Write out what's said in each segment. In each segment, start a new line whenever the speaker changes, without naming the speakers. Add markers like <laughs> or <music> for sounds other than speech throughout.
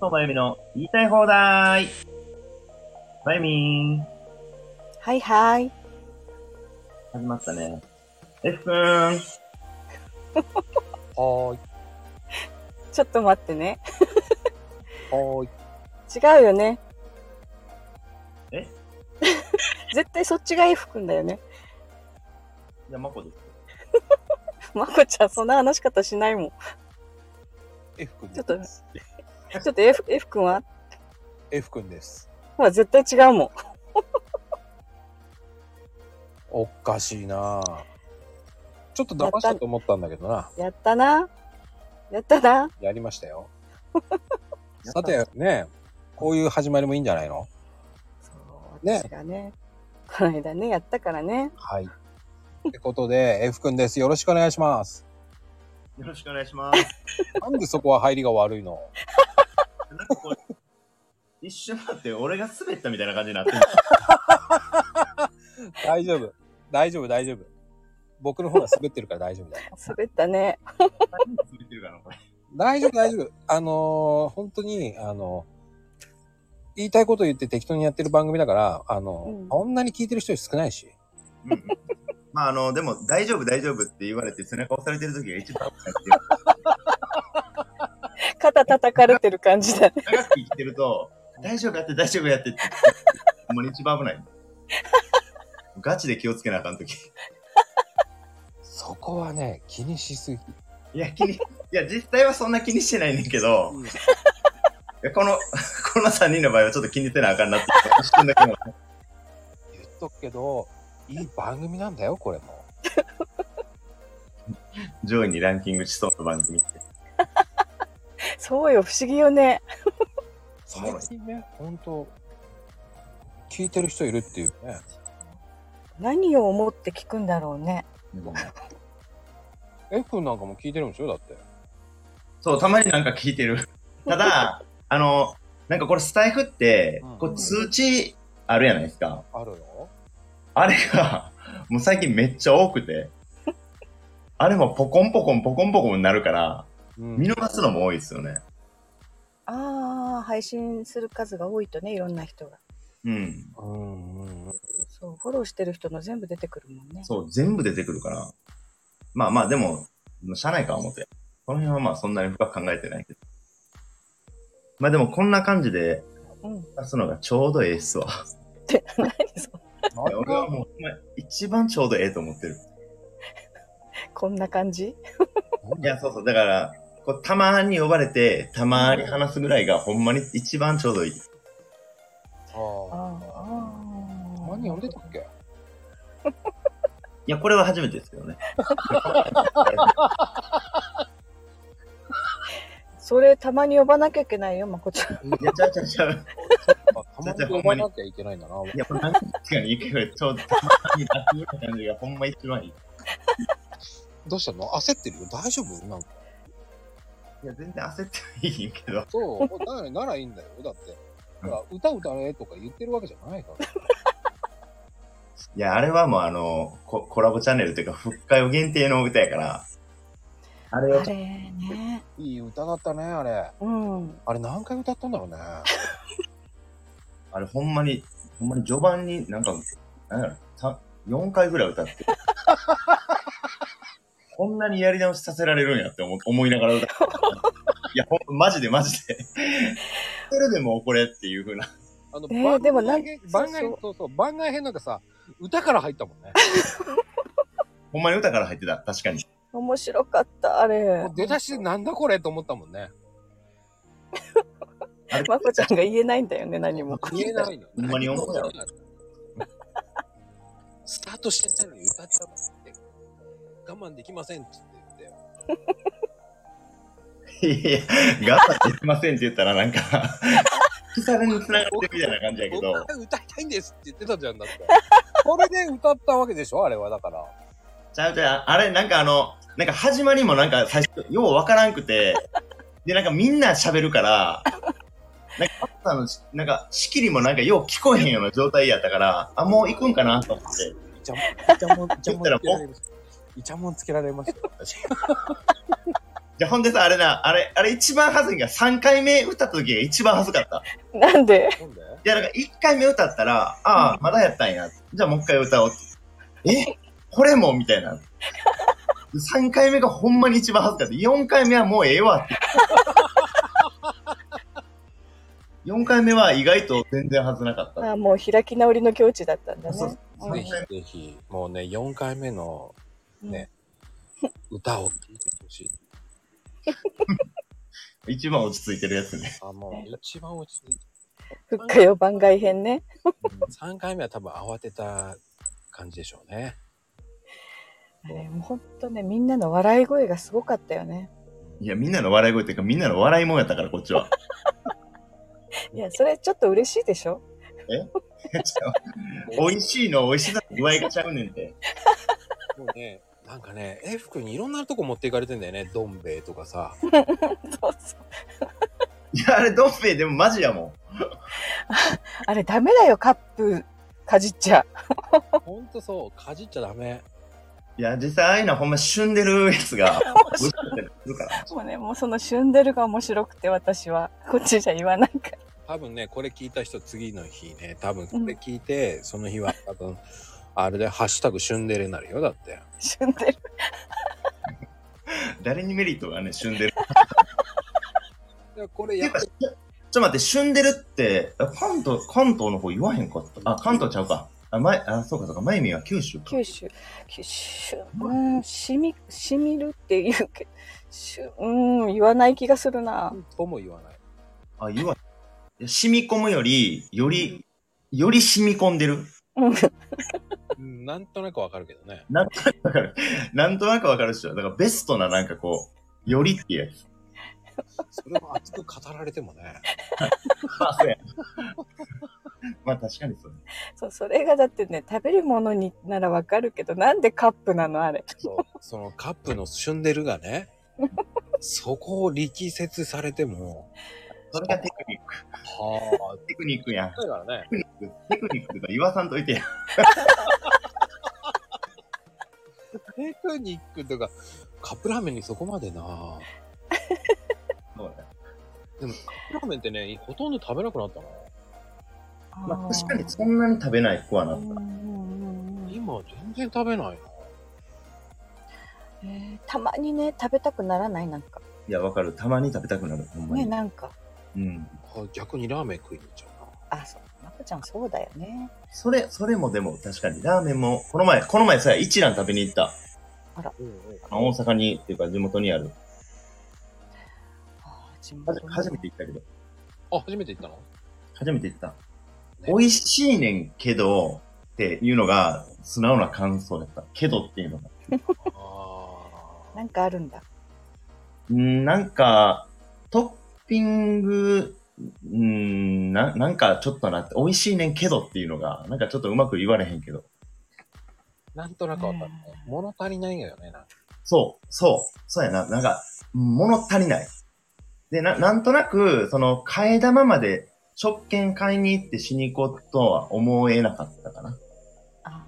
とまゆみの言いたい放題まゆみーん、
はいはい。
始まったね。F くん、
はーい、
ちょっと待ってね。
はーい。
違うよね。
え
<laughs> 絶対そっちが F 君だよね。
じゃあまこです。
まこちゃん、そんな話し方しないもん。
F 君
ちょっと
です。
ちょっと F, F 君は
F 君です。
ほら、絶対違うもん。
おかしいなぁちょっと騙したと思ったんだけどな。
やったな。やったな。
やりました
<laughs>
よ。さて、ね、こういう始まりもいいんじゃないの
そう、
ね
私がね。この間ね、やったからね。
はい。ってことで、F 君です。よろしくお願いします。
よろしくお願いします。
なんでそこは入りが悪いの
なんかこれ、 <laughs> 一瞬待って、俺が滑ったみたいな感じになって <laughs> る。
大丈夫。大丈夫、大丈夫。僕の方が滑ってるから大丈夫だよ。
滑ったね。
何で滑ってるかな、これ。
大丈夫、大丈夫。あのー本当に、あの言いたいこと言って適当にやってる番組だから、あの
うん
こんなに聞いてる人少ないし。
うんうん。まあ、あの、でも、大丈夫、大丈夫って言われて背中押されてる時が一番危ないっていう
肩叩かれてる感じだね。
長く生きてると、大丈夫やって、大丈夫やってって、ほんまに一番危ない。ガチで気をつけなあかんとき。
そこはね、気にしすぎ。
いや、気に、いや、実際はそんな気にしてないねんけど、いやこの、 <laughs> この3人の場合はちょっと気にしてなあかんなって、一瞬だけ思った
言っとくけど、いい番組なんだよ、これも。
上位にランキングしそうな番組って。
そうよ、不思議よね。
おもろい
最近ね、本当聞いてる人いるっていうね。
何を思って聞くんだろうね。
F 君なんかも聞いてるんでしょだって。
そう、たまになんか聞いてる。
<laughs>
ただ、あの、なんかこれスタイフって
うん、
こう通知あるやないですか。
あるよ。
あれが、もう最近めっちゃ多くて、あれもポコンポコンポコンポコンになるから、
うん
見逃すのも多いですよね。
ああ、配信する数が多いとね、いろんな人が。
うん。
うんうんうん。
そう、フォローしてる人の全部出てくるもんね。
そう、全部出てくるから。まあまあ、でも、社内か思って。この辺はまあそんなに深く考えてないけど。まあでもこんな感じで
うん。
出すのがちょうどええっすわ。
って、何その
いや俺はもうほんま一番ちょうどええと思ってる。
こんな感じ
いや、そうそう。だから、こうたまーに呼ばれて、たまーに話すぐらいがほんまに一番ちょうどいい。
あ
ああ。
あ
前に呼んでたっけ
いや、これは初めてですけどね。
それたまに呼ばなきゃいけないよ、まこちゃん。
いや、ちゃうちゃうちゃう。
あたまに呼ばなきゃいけないんだな。
いや、これ何日かに一回ぐらいちょうどたまーに出すような感じがほんま一番いい。
どうしたの焦ってるよ。大丈夫なんか。
いや、全然焦ってないんやけど。
そう、ならならいいんだ
<laughs>
よ。だって、ほら、歌歌えとか言ってるわけじゃないから。
いや、あれはもうあの、ココラボチャンネルというか、復活を限定の歌やから、あれを
あれね。
いい歌だったね、あれ。
うん。
あれ何回歌ったんだ
<laughs>
ろうね。
あれほんまに、ほんまに序盤になんか、なんやろ、さ4回ぐらい歌って。 <laughs> こんなにやり直しさせられるんやって思思いながら歌
<laughs>
って。いや、ほんマジでマジで。それでもうこれっていうふうな。
あの、
えー
番外
でもなん
番
そうそ
外
う、
そうそう、番外編なんかさ、歌から入ったも
<laughs>
んね。
ほんまに歌から入ってた。確かに。
面白かった、あれ
もう。出だしでなんだこれと思ったもんね。
あれ
まこちゃんが言えないんだよね、何も。
言えないの。
ほんまに思うやろ
<laughs> スタートしてないのに歌っちゃって、我慢できませんって言って、
いやいや、我慢できませんって言ったらなん
<laughs>
か、腐れに繋がってるみたいな感じやけ
僕
ど
は。歌いたいんですって言ってたじゃんだって。これで歌ったわけでしょあれはだから。
ちゃうちゃう、あれ、なんかあの、なんか始まりもなんか最初、ようわからんくて、で、なんかみんな喋るから、なんか、パスタのし、なんか、仕切りもなんかよう聞こえへんような状態やったから、あ、もう行くんかなと思って。
イチャモン、イチャモン、イチャモンつけられました。イチャモンつけられました。
じゃあほんでさ、あれな、あれ、あれ一番恥ずいんが3回目歌った時が一番恥ずかった。
なんで
なんで
いや、だから1回目歌ったら、ああ、まだやったんや。じゃあもう一回歌おうって。えこれもみたいな。3回目がほんまに一番恥ずかしい。4回目はもうええわって。4回目は意外と全然恥ずなかった。
あもう開き直りの境地だったんだね。
そう
うん
ぜひぜひ、もうね、4回目のね、歌を聴いてほしい。
一番落ち着いてるやつね。
あ、もう一番落ち着いて。
復活よ番外編ね。
3回目は多分慌てた感じでしょうね。
あれもうほんとね、みんなの笑い声がすごかったよね。
いや、みんなの笑い声っていうか、みんなの笑いもんやったから、こっちは。
いや、それちょっと嬉しいでしょ
美味しいの美味しさの具合がちゃうねんて。
もうね、なんかね、英福にいろんなとこ持っていかれてんだよね。どん兵衛とかさ。
そうそう。
いや、あれ、どん兵衛でもマジやもん。
あれダメだよ、カップかじっちゃ。
ほんとそう、かじっちゃダメ。
いや、実際ああいうのはほんま旬でるやつが、美味しかったりするから。
もうね、もうその旬でるが面白くて私は、 <laughs> こっちじゃ言わないから。
多分ね、これ聞いた人次の日ね、多分これ聞いて、その日は多 <laughs> 分、あれで、ハッシュタグシュンデレになるよ、だって。
旬でる。
誰にメリットがね、旬でる。
いやこれ
てい
や
うか、ちょっと待って、旬でるって、あ関東、関東の方言わへんかった。あ、関東ちゃうか。あ、前、あ、そうかそうか、まゆみは九州か。
九州、九州、うん、しみ、しみるって言うけど、しゅうん、言わない気がするな。
とも言わない。
あ、言わへんいや。染み込むより、より、より染み込んでる。
うん、
うんなんとなくわかるけどね。
なんとなくわかる。なんとなくわかるっしょ。だからベストな、なんかこう、よりっていうやつ。
それを熱く語られてもね。
まあ、そうや。まあ、確かにそう。
<laughs> そう、それがだってね、食べるものにならわかるけど、なんでカップなのあれ。
そうそのカップのシュンデルがね、そこを力説されても、
それがテクニック。
は
テクニックやん。
あ、だからね、
テクニックとか言わさんといてや。
テクニックとか、カップラーメンにそこまでな。
そうだ
でも、カップラーメンってね、ほとんど食べなくなったの。
まあ、確かにそんなに食べない子はな
う。んうんうんうん
今、全然食べないの。
えーたまにね、食べたくならないなんか。
いや、わかる。たまに食べたくなる。ほんま
ね、
に。
なんか。
うん。
あ逆にラーメン食いに行っちゃうな。
あ、そう。まこちゃんそうだよね。
それ、それもでも確かに、ラーメンも、この前、この前さ、一蘭食べに行った。あの大阪に、っていうか地元にある。
あー地
は
元
じ
の
初めて行ったけど、
あ、初めて行ったの
初めて行った。美味しいねんけど、っていうのが、素直な感想だった。けどっていうのが。
あ
なんかあるんだ。
うん、なんか、トッピング、うんな、なんかちょっとなって、美味しいねんけどっていうのが、なんかちょっとうまく言われへんけど。
ーなんとなくわかるね。物足りないんだよね、なんか。
そう、そう、そうやな。なんか、物足りない。で、な、なんとなく、その、替え玉まで、食券買いに行ってしに行こうとは思えなかったかな。
あ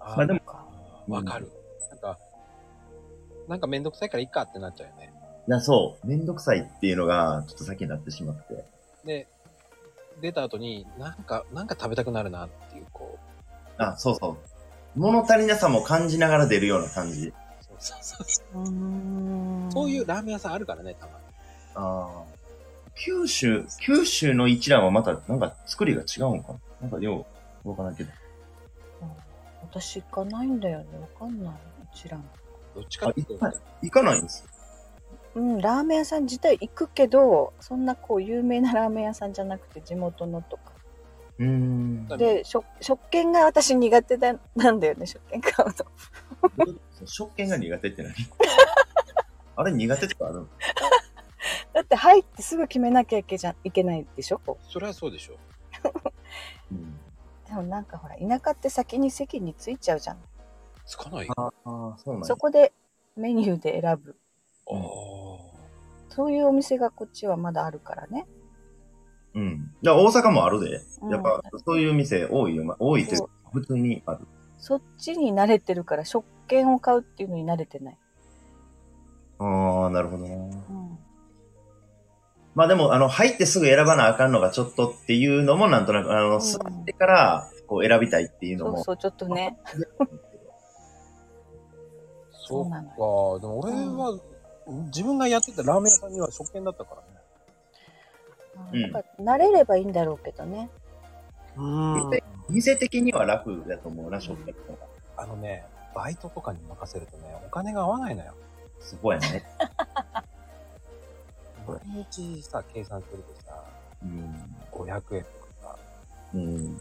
あ
まあでも
ーわかる。なんか、なんかめんどくさいからいいかってなっちゃうよね。
いや、そう、めんどくさいっていうのが、ちょっと先になってしまって。
で、出た後に、なんか、なんか食べたくなるなっていう、こう。
あ、そうそう。物足りなさも感じながら出るような感じ。
そうそうそうそ
ーうーん
う。そういうラーメン屋さんあるからね、たまに。
ああ。九州、九州の一覧はまた、なんか作りが違うんかななんかよう、わからんけど。
うん私行かないんだよね。わかんない。一覧。
どっちかっていうと、
あいっ行かないんですよ。
うん、ラーメン屋さん自体行くけど、そんなこう有名なラーメン屋さんじゃなくて地元のとか。
うーん。
で、食食券が私苦手だなんだよね。食券買うと。
食券が苦手って
<laughs>
何あれ苦手とかあるの
だって入ってすぐ決めなきゃいけじゃいけないでしょ。こう
それはそうでしょ。
うん。
でもなんかほら田舎って先に席に着いちゃうじゃん。
つかないよ。あ
ああ、そうなん
そこでメニューで選ぶ。
あー。
そういうお店がこっちはまだあるからね。
うん。だから大阪もあるで。
うん
やっぱ、そういう店多いよ。ま多いという
そ
か
う
普通にある。
そっちに慣れてるから食券を買うっていうのに慣れてない。
ああ、なるほどね。
うん
まあでも、あの、入ってすぐ選ばなあかんのがちょっとっていうのも、なんとなく、あ
う
の、
ん
座ってから、こう、選びたいっていうの
そう
も。
そう、ちょっとね。
そ
そうう
か
なのよ。
でも俺は、自分がやってたラーメン屋さんには食券だったからね。
うん
なんか慣れればいいんだろうけどね。
うん
お店的には楽だと思うな、食券とか。
あのね、バイトとかに任せるとね、お金が合わないのよ。
すごいね。
毎日さ、計算するとさ、
うん。
500円とかさ、
うん。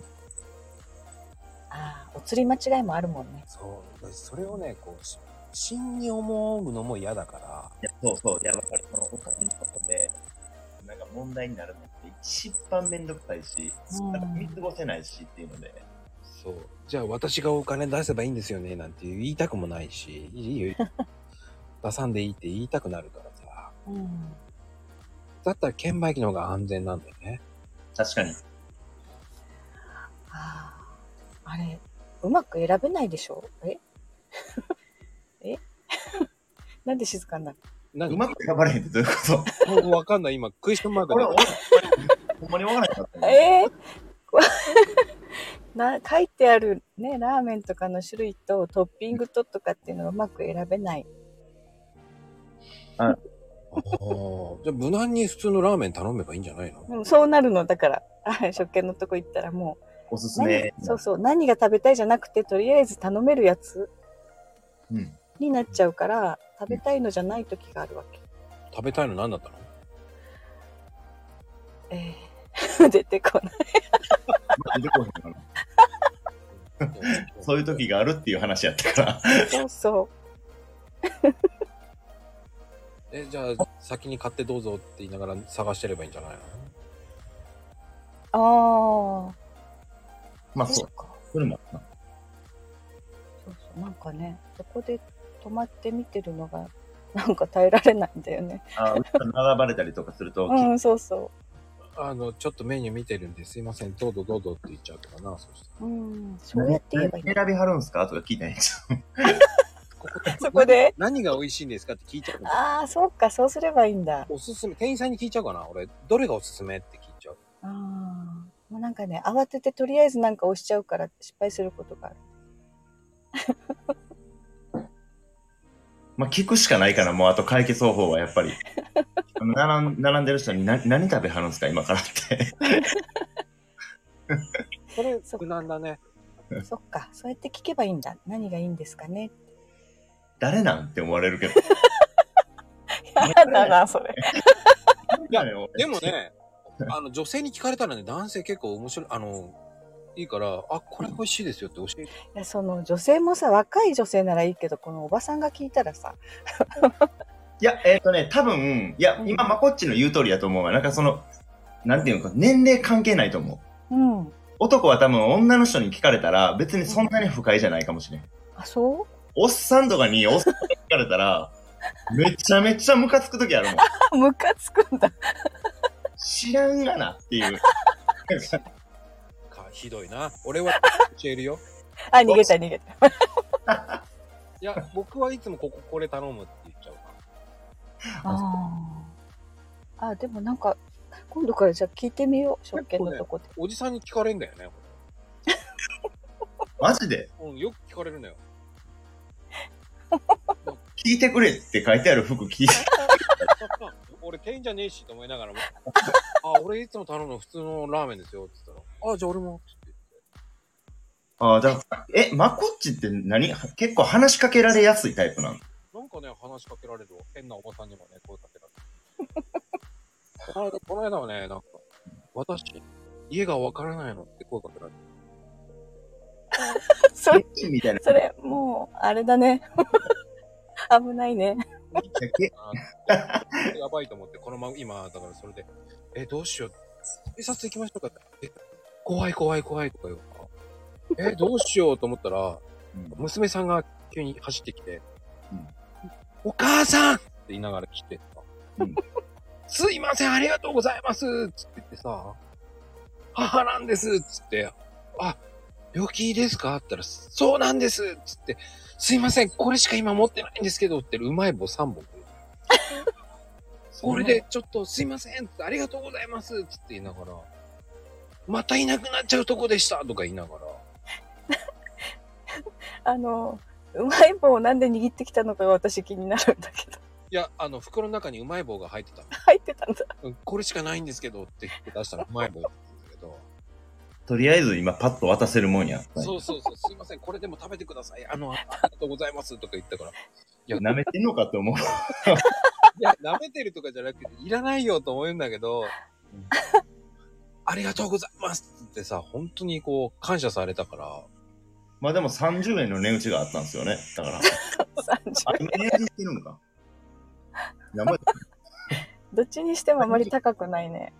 ああ、お釣り間違いもあるもんね。
そう、でそれをね、こう、し真に思うのも嫌だから、
いや、そうそう。いや、わかる。その、お金のことで、なんか問題になるのって一番めんどくさいし、
うん
なんか見過ごせないしっていうので。
そう、じゃあ私がお金出せばいいんですよね、なんて言いたくもないし、いいよ、いい <laughs> よ出さんでいいって言いたくなるからさ、
うん。
だったら券売機の方が安全なんだよね。
確かに。
ああ、あれ、うまく選べないでしょえ <laughs> え <laughs> なんで静かになる
何
うまく選ばれへんってどういうこと
もうわかんない、今、クエスチョンマーク
これ、
だ
ほんまにほんまにわからへんかったね。
ええ <laughs> な書いてあるねラーメンとかの種類とトッピングととかっていうのをうまく選べない
あーじゃあ無難に普通のラーメン頼めばいいんじゃないの
でもそうなるのだからあ食券のとこ行ったらも
おすす
う、
め。
何そうそう何が食べたいじゃなくてとりあえず頼めるやつ
うん。
になっちゃうから食べたいのじゃない時があるわけ、
食べたいの何だったの
ええ <laughs> 出てこない
まあ出てこへんかな <laughs> そういう時があるっていう話やった
<laughs>
から。
そうそ
えじゃあ先に買ってどうぞって言いながら探してればいいんじゃないの
うあ
まあ
あ
そ
そうう。か
それもあるな
そうそうなんかねそこで止まって見てるのがなんか耐えられないんだよね
あ並ばれたりとかすると、
うんそうそ
あのちょっとメニュー見てるんですいませんどうぞどうぞって言っちゃうとかなそうして
ううんそうや
何
って言
選
えばいい
びはるんすかとか聞いてないじ
ここ <laughs>
そこで
何が美味しいんですかって聞いちゃうの
ああ、そうか、そうすればいいんだ。
おすすめ店員さんに聞いちゃうかな俺どれがおすすめって聞いちゃう
ああ、もうなんかね、慌ててとりあえずなんか押しちゃうから失敗することがある。
まあ聞くしかないから、もうあと解決方法はやっ
<laughs>
ぱり。並ん並んでる人に何何食べはるんすか今からって。
これ
そっか
無難だね
そっか、そうやって聞けばいいんだ。何がいいんですかね。
誰なんって思われ
<laughs>
るけど。
やだ <laughs> な、それ。
いや
俺
でも。ねあの女性に聞かれたらね男性結構面白いあのいいからあこれ美味しいですよって教えて
いや、その女性もさ、若い女性ならいいけど、このおばさんが聞いたらさ、
いや、えっ、とね、多分、いや
う、ん
今、まこっちの言う通りだと思うわ。なんかその、なんていうのか、年齢関係ないと思う。
うん。
男は多分女の人に聞かれたら別にそんなに不快じゃないかもしれん。
あ、そう <laughs>
おっさんとかにおっさんに聞かれたらめちゃめちゃムカつく時あるもん。
あ、ムカつくんだ。
知らんがなって
<laughs>
いう。
かひどいな俺は教えるよ
あ、逃げた、逃げた。
いや僕はいつもこここれ頼むって言っちゃうか
ああ。あ、でもなんか、今度からじゃあ聞いてみよう、食券のとこで。
おじさんに聞かれんだよね。
マジで
うん、よく聞かれるんだよ。
聞いてくれって書いてある服聞いて。
<laughs> 俺店員じゃねえしと思いながらも。あ、俺いつも頼むの普通のラーメンですよ。って言ったら。あ、じゃあ俺も。って
ああ、だからえ、まこっちって何結構話しかけられやすいタイプなの
なんかね、話しかけられるわ。変なおばさんにもね、声かけられる。この間、この間はね、なんか、私、家がわからないのって声かけられる。
それ、
えみたいな。
<laughs>
<laughs>
それ、もう、あれだね。 <laughs> 危ないね。
え
あーやばいと思って、このまま今、だからそれで、え、どうしよう。警察行きましょうかって。え怖い怖い怖いとか言うから。え、どうしようと思ったら、
うん
娘さんが急に走ってきて、
うん
お母さんって言いながら来てさ、
うん
すいません、ありがとうございますつって言ってさ、母なんですつって、あ、病気ですかって言ったら、そうなんですつって、すいません、これしか今持ってないんですけどって、うまい棒3本くれた。これで、ちょっとすいません、ありがとうございます、つって言いながら、またいなくなっちゃうとこでした、とか言いながら、
あの、うまい棒をなんで握ってきたのかが私気になるんだけど。
いや、あの、袋の中にうまい棒が入ってた。
入ってたんだ。
うんこれしかないんですけどって言って出したらうまい棒だったんだけど、
とりあえず今パッと渡せるもんや。
そうそうそう、すいません、これでも食べてください、あ <laughs> の、あありがとうございます、とか言ったから、いや、
舐めてんのかって思う。 <laughs>
いや、舐めてるとかじゃなくて、いらないよと思うんだけど、ありがとうございますってさ、本当にこう、感謝されたから、
まあでも30円の値打ちがあったんですよね。だから。
30
あ、今値上げしてるのか。やばい。
どっちにしてもあまり高くないね。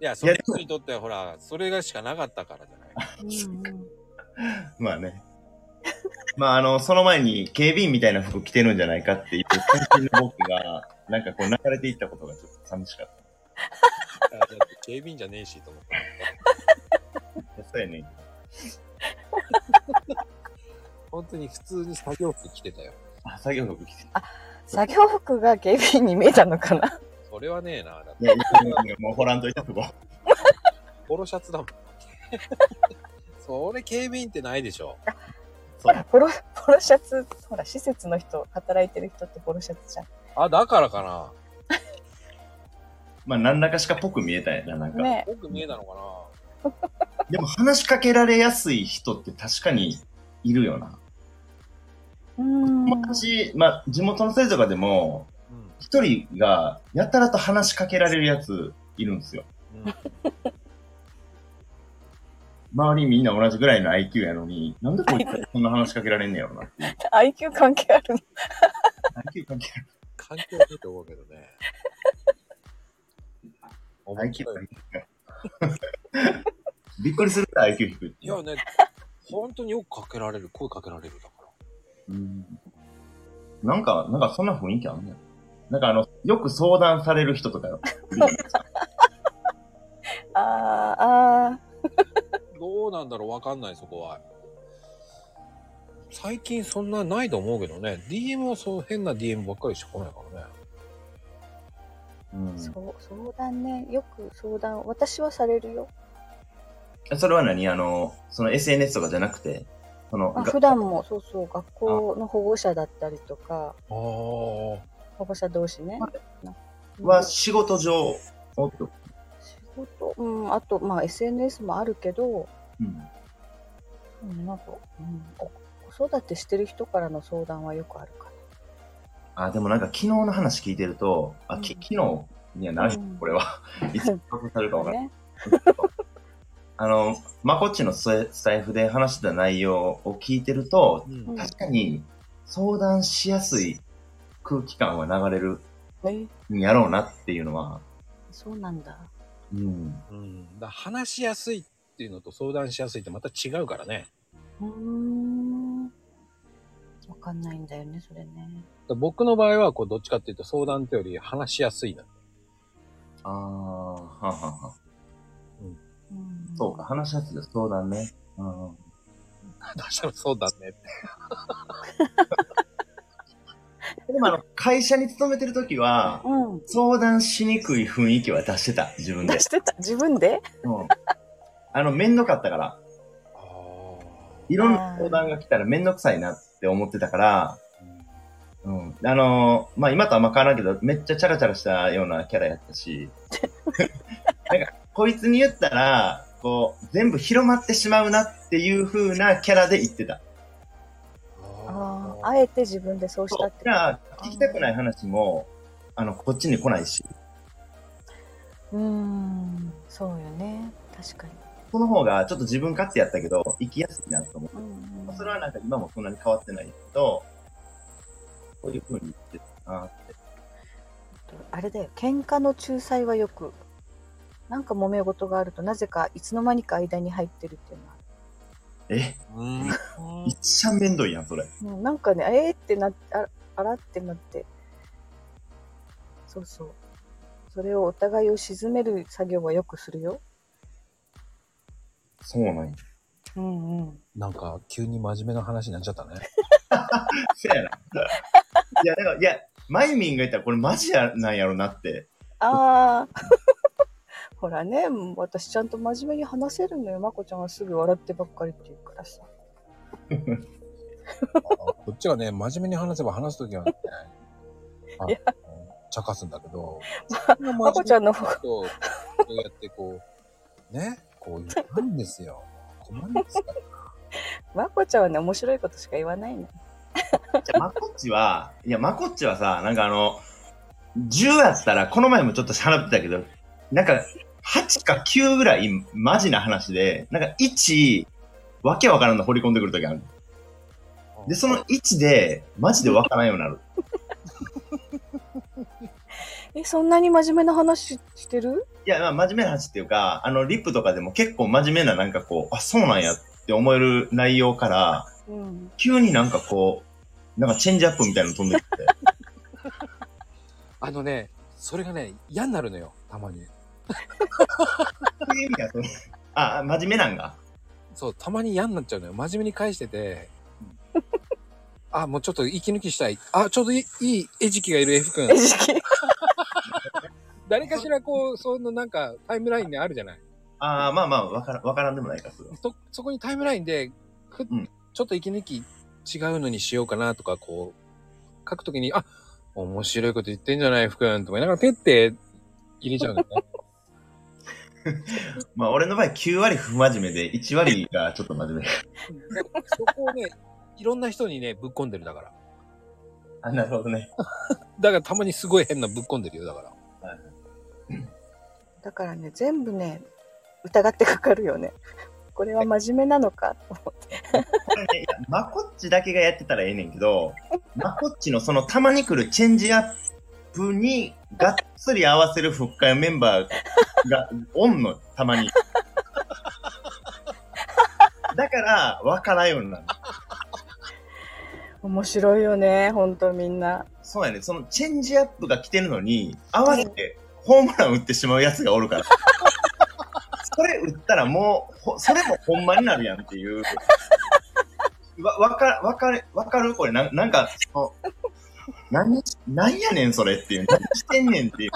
いや、その人にとってはほら、それがしかなかったからじゃない。
うんうん
まあね。まああの、その前に警備員みたいな服着てるんじゃないかっていう渾身の僕が、なんかこう流れていったことがちょっと寂しかった。
あだって警備員じゃねえしと思って。
いやそうやね。
本当に普通に作業服着てたよ。
あ、作業服着てる。
<laughs> 作業服が警備員に見えたのかな
それはねえな。だって、
いやいやいやもうほらんといたとこ。
ポロシャツだもん。 <laughs> それ警備員ってないでしょ。
ほら、ポロ、 <laughs> ポロシャツ、ほら、施設の人、働いてる人ってポロシャツじゃん。
あ、だからかな。
まあ何らかしかぽく見えたんやな、なんか。
ね
僕見えたのか
でも話しかけられやすい人って確かにいるよな。
うーん。
昔、まあ地元の生徒とかでも、
な。
一人がやたらと話しかけられるやついるんですよ。
うん。うん、
周りみんな同じぐらいの IQ やのに、なんでこいつそんな話しかけられんねやろなっていう。
IQ 関係あるの
IQ 関係ある。
関係ないと思うけどね。面
IQ
白い
関係あるびっくりするからい IQ 低いって
い
いう
やね、本当によくかけられる、声かけられるだから。
うんなんか、なんかそんな雰囲気あんねん。なんかあの、よく相談される人とかよ。
あー、あ
どうなんだろうわかんない、そこは。最近そんなないと思うけどね。DM はそう変な DM ばっかりしてこないからね。
うん
ー、そう、相談ね。よく相談、私はされるよ。
それは何あの、その SNS とかじゃなくて、その、
あ
が
普段も、そうそう、学校の保護者だったりとか、
ああ。
保護者同士ね。
は仕事上、おっと。
仕事、うん、あと、まあ、SNS もあるけど、
うん。
うん、なんか、うん、お子育てしてる人からの相談はよくあるか
あ、でもなんか昨日の話聞いてると、あ、き
うん
昨日、いや、何、
うん
これ
<laughs>
は。いつ放送されるかわ
な。
からない。
ね。
あの、まこっちのススタイフで話してた内容を聞いてると、
うん
うん
確かに相談しやすい空気感は流れる
え、
んやろうなっていうのは、
そうなんだ。
うん。
うん。だから話しやすいっていうのと相談しやすいってまた違うからね。
うーん。わかんないんだよね、それね。
だから僕の場合は、こう、どっちかっていうと相談ってより話しやすいな。
ああ、はんはんはん。
うん、
そうか、。話しやすいよ相談ね。うん。
確かにそうだね。
でもあの、会社に勤めてる時は、
うん。
相談しにくい雰囲気は出してた、自分で
<laughs> 出。してた自分で
うん。あの、めんどかったから、
ああ。
いろんな相談が来たらめんどくさいなって思ってたから、
うん
うん。あのーまあ、今とはあんま変わらんけど、めっちゃチャラチャラしたようなキャラやった
<laughs>
し、なんか、こいつに言ったら、こう、全部広まってしまうなっていう風なキャラで言ってた。
あ
あ
あ、あえて自分でそうし
そ
たっ
う。だ
て
から、聞きたくない話も、あの、こっちに来ないし、
うーん。そうよね。確かに。
この方がちょっと自分勝手やったけど、生きやすいなと思う。
うん、うん。
それはなんか今もそんなに変わってないけど、こういう風に言ってたなって。
あれだよ喧嘩の仲裁はよくなんか揉め事があるとなぜかいつの間にか間に入ってるっていうのは
え、
うん。
一番めんどいやん、それ。
うんなんかねえー、ってなってああらってなってそうそうそれをお互いを沈める作業はよくするよ
そうなんや。
うんうん
なん <laughs> か、急に真面目な話になっちゃったね。
せやな。いや、だから、いや、マイミンがいたらこれマジやなんやろなって。
ああ。 <laughs> ほらね、私ちゃんと真面目に話せるのよ。まこちゃんはすぐ笑ってばっかりって言うからさ。
こっちがね、真面目に話せば話すときはね、あ
いや
茶化すんだけど、
まこちゃんの方
と、こうやってこう、ね、こう言うんですよ。困るんですから。
まこちゃんはね、面白いことしか言わないの。
じゃあ、まこっちは、いや、まこっちはさ、なんかあの、10やったら、この前もちょっと話ってたけど、なんか、8か9ぐらい、マジな話で、なんか1、わけわからんの掘り込んでくるときある。で、その1で、マジでわからんようになる。
え、そんなに真面目な話してる
いや、まあ、真面目な話っていうか、あの、リップとかでも結構真面目な、なんかこう、あ、そうなんやって思える内容から、
うん。
急になんかこう、なんかチェンジアップみたいなの飛んできて。
あのね、それがね、嫌になるのよ、たまに。
そういう意味だとあ、真面目なんが。
そう、たまに嫌になっちゃうのよ。真面目に返してて、あ、もうちょっと息抜きしたい。あ、ちょうどいい、いい餌食がいる F 君
え、。時期。
誰かしらこう、そのなんかタイムラインであるじゃない。
ああ、まあまあ、わからわからんでもないか、それは
そ、そこにタイムラインで、ふっ
うん
ちょっと息抜き違うのにしようかなとか、こう、書くときに、あ、面白いこと言ってんじゃない、福君とか言いながら、ペッて入れちゃうのね。
まあ、俺の場合9割不真面目で、1割がちょっと真面目。
そこをね、いろんな人にね、ぶっこんでるだから。
あ、なるほどね。
だからたまにすごい変なぶっこんでるよ、だから。
だからね、全部ね、疑ってかかるよね。これは真面目なのかと思って。
これね、いやまこっちだけがやってたらええねんけど、まこっちのそのたまに来るチェンジアップに、がっつり合わせる復活メンバーが、おんの、たまに。だから、わからんようになる。
面白いよね、ほんとみんな。
そうやね、そのチェンジアップが来てるのに、合わせてホームラン打ってしまうやつがおるから。 <laughs> それ打ったらもう、ほそれもほんまになるやんっていう。わ、わか、わかる、わかるこれ、なんなんか、その、何、なんやねんそれっていう。何してんねんっていう。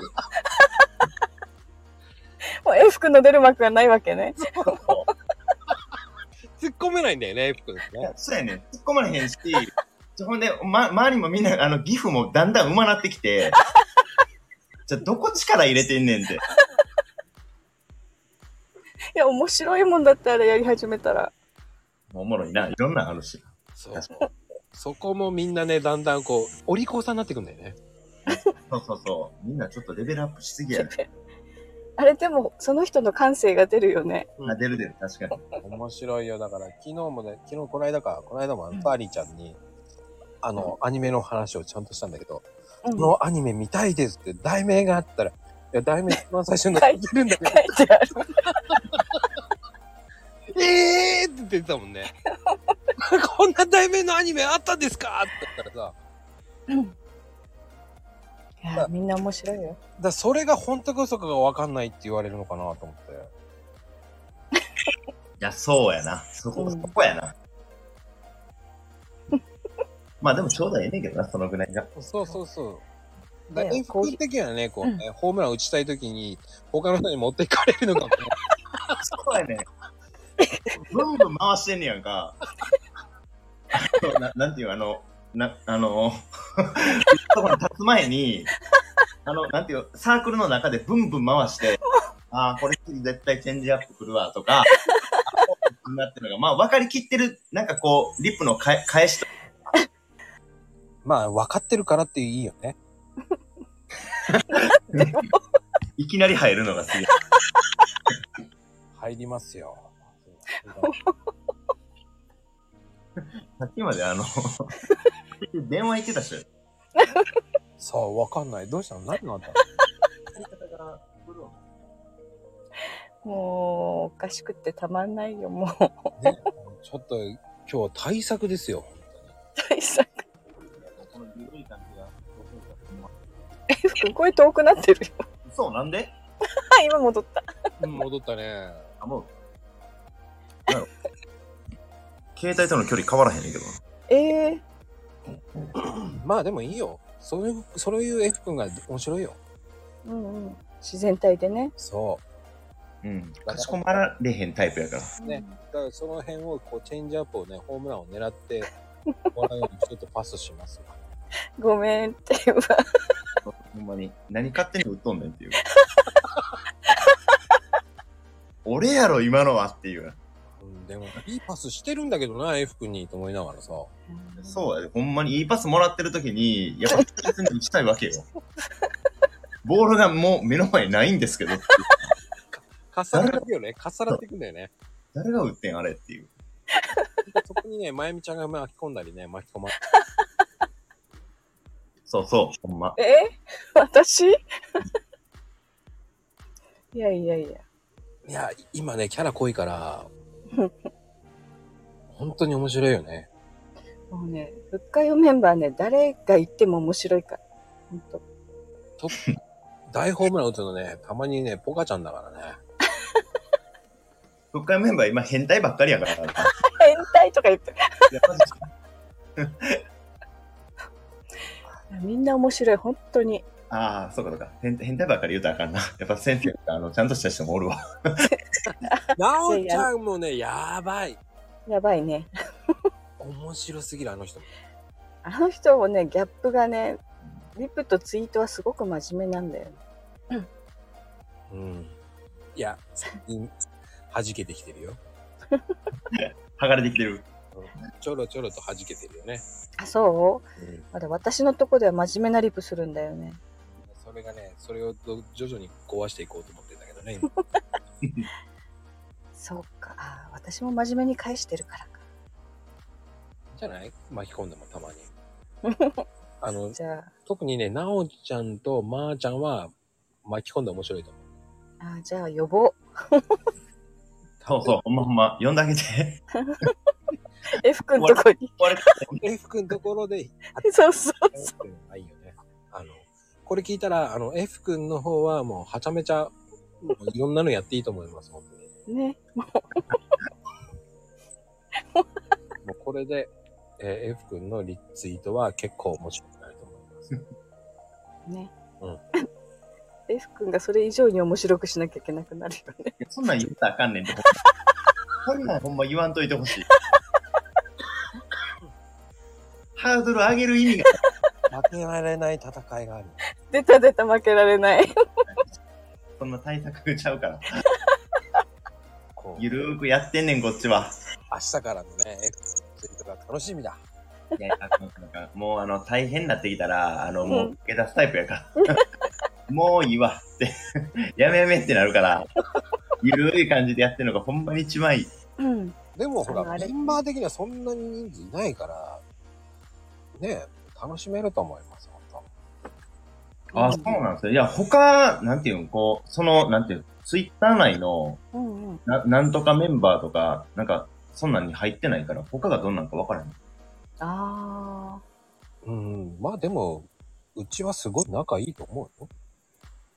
もう F 君の出る幕がないわけね。
突っ込めないんだよね、F 君ですね。
そうやねん。突っ込まれへんし、ほんで、ま、周りもみんな、あの、ギフもだんだんうまなってきて、じゃあどこ力入れてんねんって。
いや、面白いもんだったらやり始めたら。
おもろいな。いろんなんあるし。
そう。そこもみんなね、だんだんこう、お利口さんになってくんだよね。
そうそうそう。みんなちょっとレベルアップしすぎやね。
あれでも、その人の感性が出るよね。
あ、出る出る、確かに。
面白いよ。だから、昨日もね、昨日この間か、この間もあの、パーリーちゃんに、あの、アニメの話をちゃんとしたんだけど、
うん
このアニメ見たいですって、題名があったら、いや、題名一番最初に
書
<laughs> 書
い
いてるんだけど、
書いてある。
えーって出てたもんね。 <laughs> こんな題名のアニメあったんですかって言ったらさ、
いや、みんな面白いよ。
だからそれが本当か嘘かがわかんないって言われるのかなと思って。
いや、そうやな。そこ、
うん
そこやな。 <laughs> まあでもちょうどええねんけどな、そのぐらいが。
そうそうそう。だ
ね
F
こうい
君的にはね、こうね、ホームラン打ちたいときに、他の人に持っていかれるのかもね。
そうやねん。ブンブン回してんねやんか。あのななんていう、あの、な、あの、そこに立つ前に、あの、なんていう、サークルの中でブンブン回して、ああ、これ次絶対チェンジアップ来るわ、とか、なってるのが、まあ分かりきってる、なんかこう、リップのかえ返しと
<laughs> まあ、分かってるからっていいよね。
いきなり入るのがすげえ。
入りますよ。
さっきまであの、電話行ってたし。
さあ、分かんない。どうしたの何があったの
もう、おかしくってたまんないよ、もう。 <laughs>
ね、ちょっと、今日は対策ですよ。
大作。F 君、声遠くなってるよ。
そう、なんで
あ <laughs> 今戻った。
うん戻ったね。
あ、もう。 <laughs> なんやろ携帯との距離変わらへんねんけどな。
ええ
まあでもいいよ。そういう、そういう F 君が面白いよ。
うんうん。自然体でね。
そ
うん。かしこまられへんタイプやから。
う。ね。だからその辺を、こう、チェンジアップをね、ホームランを狙ってもらうようにちょっとパスしますわ。
ごめんって言うわ。
ほんまに。何勝手に打っとんねんっていう。 <laughs> 俺やろ、今のはっていう。
うん、でも、いいパスしてるんだけどな、F 君にと思いながらさ。
そうやで、ほんまにいいパスもらってる時に、やっぱ確実に打ちたいわけよ。ボールがもう目の前にないんですけどっていう、
かっさらってくよね。かっさらってくんだよね。
誰が打ってんあれっていう。
そこにね、まゆみちゃんが巻き込んだりね、巻き込まれ
そうそう、ほんま。
え <laughs> 私いやいやいや。
いや、今ね、キャラ濃いから、本当に面白いよね。
もうね、復活用メンバーね、誰が言っても面白いから。ほんと。
トップ大ホームラン打つのね、たまにね、ポカちゃんだからね。
復活メンバー今変態ばっかりやから。い
変態とか言って。
やマジで
みんな面白い、本当に。
ああ、そうかそうか。変変態ばっかり言うたらあかんな。 <laughs> やっぱ先生があのちゃんとした人もおるわ。 <laughs>
なおちゃんもね、やばい。
やばいね。
面白すぎる、あの人も。
あの人もね、ギャップがね、リプとツイートはすごく真面目なんだよ。
うん。いや、最近、弾けてきてるよ。
剥がれてきてる。
ちょろちょろと弾けてるよね。
あ、そう
うん。
まだ私のとこでは真面目なリプするんだよね。
それがね、それをど徐々に壊していこうと思ってんだけどね、今。
そうか。あ私も真面目に返してるからか。
じゃない巻き込んでもたまに。 <laughs> あの、
じゃあ、
特にね、なおちゃんとまーちゃんは巻き込んで面白いと思 <laughs> う。
あじゃあ呼ぼう。
そうそう、ほんまほんま。呼んであげて。 <laughs>
F 君とこに。
俺
F 君のところで、
そうそう。
っていうのがいいよね。あの、これ聞いたら、あの、F 君の方はもう、はちゃめちゃ、もういろんなのやっていいと思います、本当に。
ね。
もうこれで、えー F 君のリツイートは結構面白くなると思います。
ね。
うん
<laughs> F 君がそれ以上に面白くしなきゃいけなくなるよね。
そんなん言ったらあかんねんって。ほんまそんなんほんま言わんといてほしい。 <laughs> ハードル上げる意味が
負けられない戦いがある。
出た出た負けられない。
そんな対策ちゃうから。
こう、
ゆるーくやってんねん、こっちは。
明日からのね、F 君のリツイートが楽しみだ。
いやあのなんかもうあの大変になってきたら、あのも
うん
う下出すタイプやから。 <laughs> もういいわって、 <laughs> やめやめってなるから、ゆるい感じでやってるのがほんまに一番いい。
うん。
でもほ
あの
ら、
あれ
メンバー的にはそんなに人数いないから、ね、楽しめると思います、本
あ、そうなんですよ。いや、他、なんていうん、こう、その、なんていうん、ツイッター内の
うんうん。
な、なんとかメンバーとか、なんか、そんなんに入ってないから、他がどんなんかわからへん。
ああ。
当。うん、まあでも、うちはすごい仲いいと思うよ。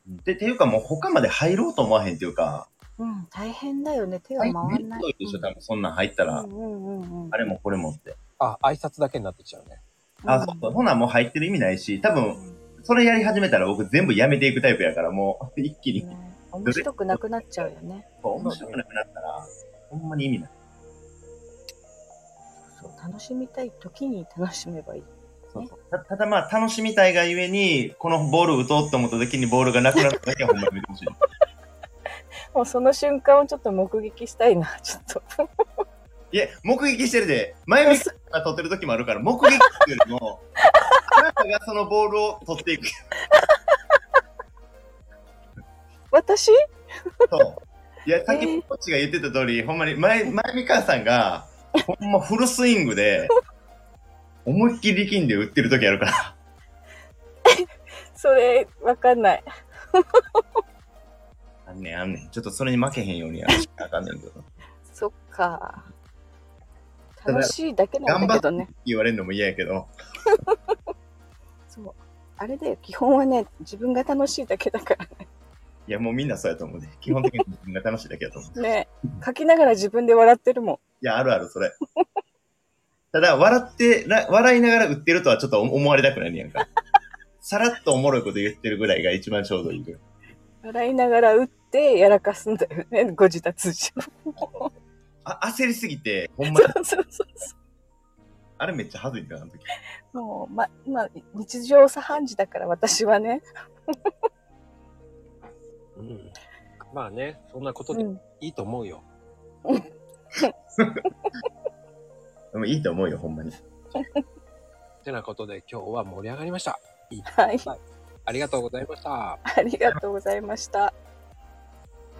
で、ていうかもう他まで入ろうと思わへんっていうか、
うん。大変だよね。手が
入
回
っ
ら
て
ない。
いでしょ、多分そんなん入ったら、
うんうんうんうん。
あれもこれもって。
あ、挨拶だけになってきちゃうね。
あ、そうそう。ほな、もう入ってる意味ないし、多分、それやり始めたら僕全部やめていくタイプやから、もう <laughs> 一気に。
ね面白くなくなっちゃうよね。
面白くなくなったら、ほんまに意味ない。
そう楽しみたい時に楽しめばいい。
そうそうたただまあ、楽しみたいがゆえに、このボール打とうと思った時にボールがなくなっただけはほんまに見てほしい。
もうその瞬間をちょっと目撃したいな、 <laughs> ちょっと。
いや、目撃してるで、前見から撮ってる時もあるから、目撃っていうよりも、あなたがそのボールを取っていく。
私
そう。いや、さっきこっちが言ってた通り、ほんまに前、前見母さんが、ほんまフルスイングで、思いっきり力んで打ってる時あるから。
それ、わかんない。
あんねん、あんねん。ちょっとそれに負けへんようにやらしかあかんねんけど。
そっか。楽しいだけなんだけどね。
言われるのも嫌やけど。
そう。あれで、基本はね、自分が楽しいだけだか
いや、もうみんなそうやと思うで。基本的に自分が楽しいだけやと思う。い
らね。書きながら自分で笑ってるもん。
や、あるある、それ。ただ、笑ってら、笑いながら売ってるとはちょっと思われたくないねやんか。さらっとおもろいこと言ってるぐらいが一番ちょうどいいぐらい。
笑いながら打ってやらかすんだよね、ご自達じ <laughs> ゃ。
あ、焦りすぎて、ほんま
そ
に、
うそうそうそ
あれめっちゃ恥ずいな、あの時。
う。もう、ま、今、日常茶飯事だから私はね。
うん。まあね、そんなこと
う
で
ん。
いいと思うよ。
でもいいと思うよ、ほんまに。
てなことで今日は盛り上がりました。
はい。
ありがとうございました。
ありがとうございました。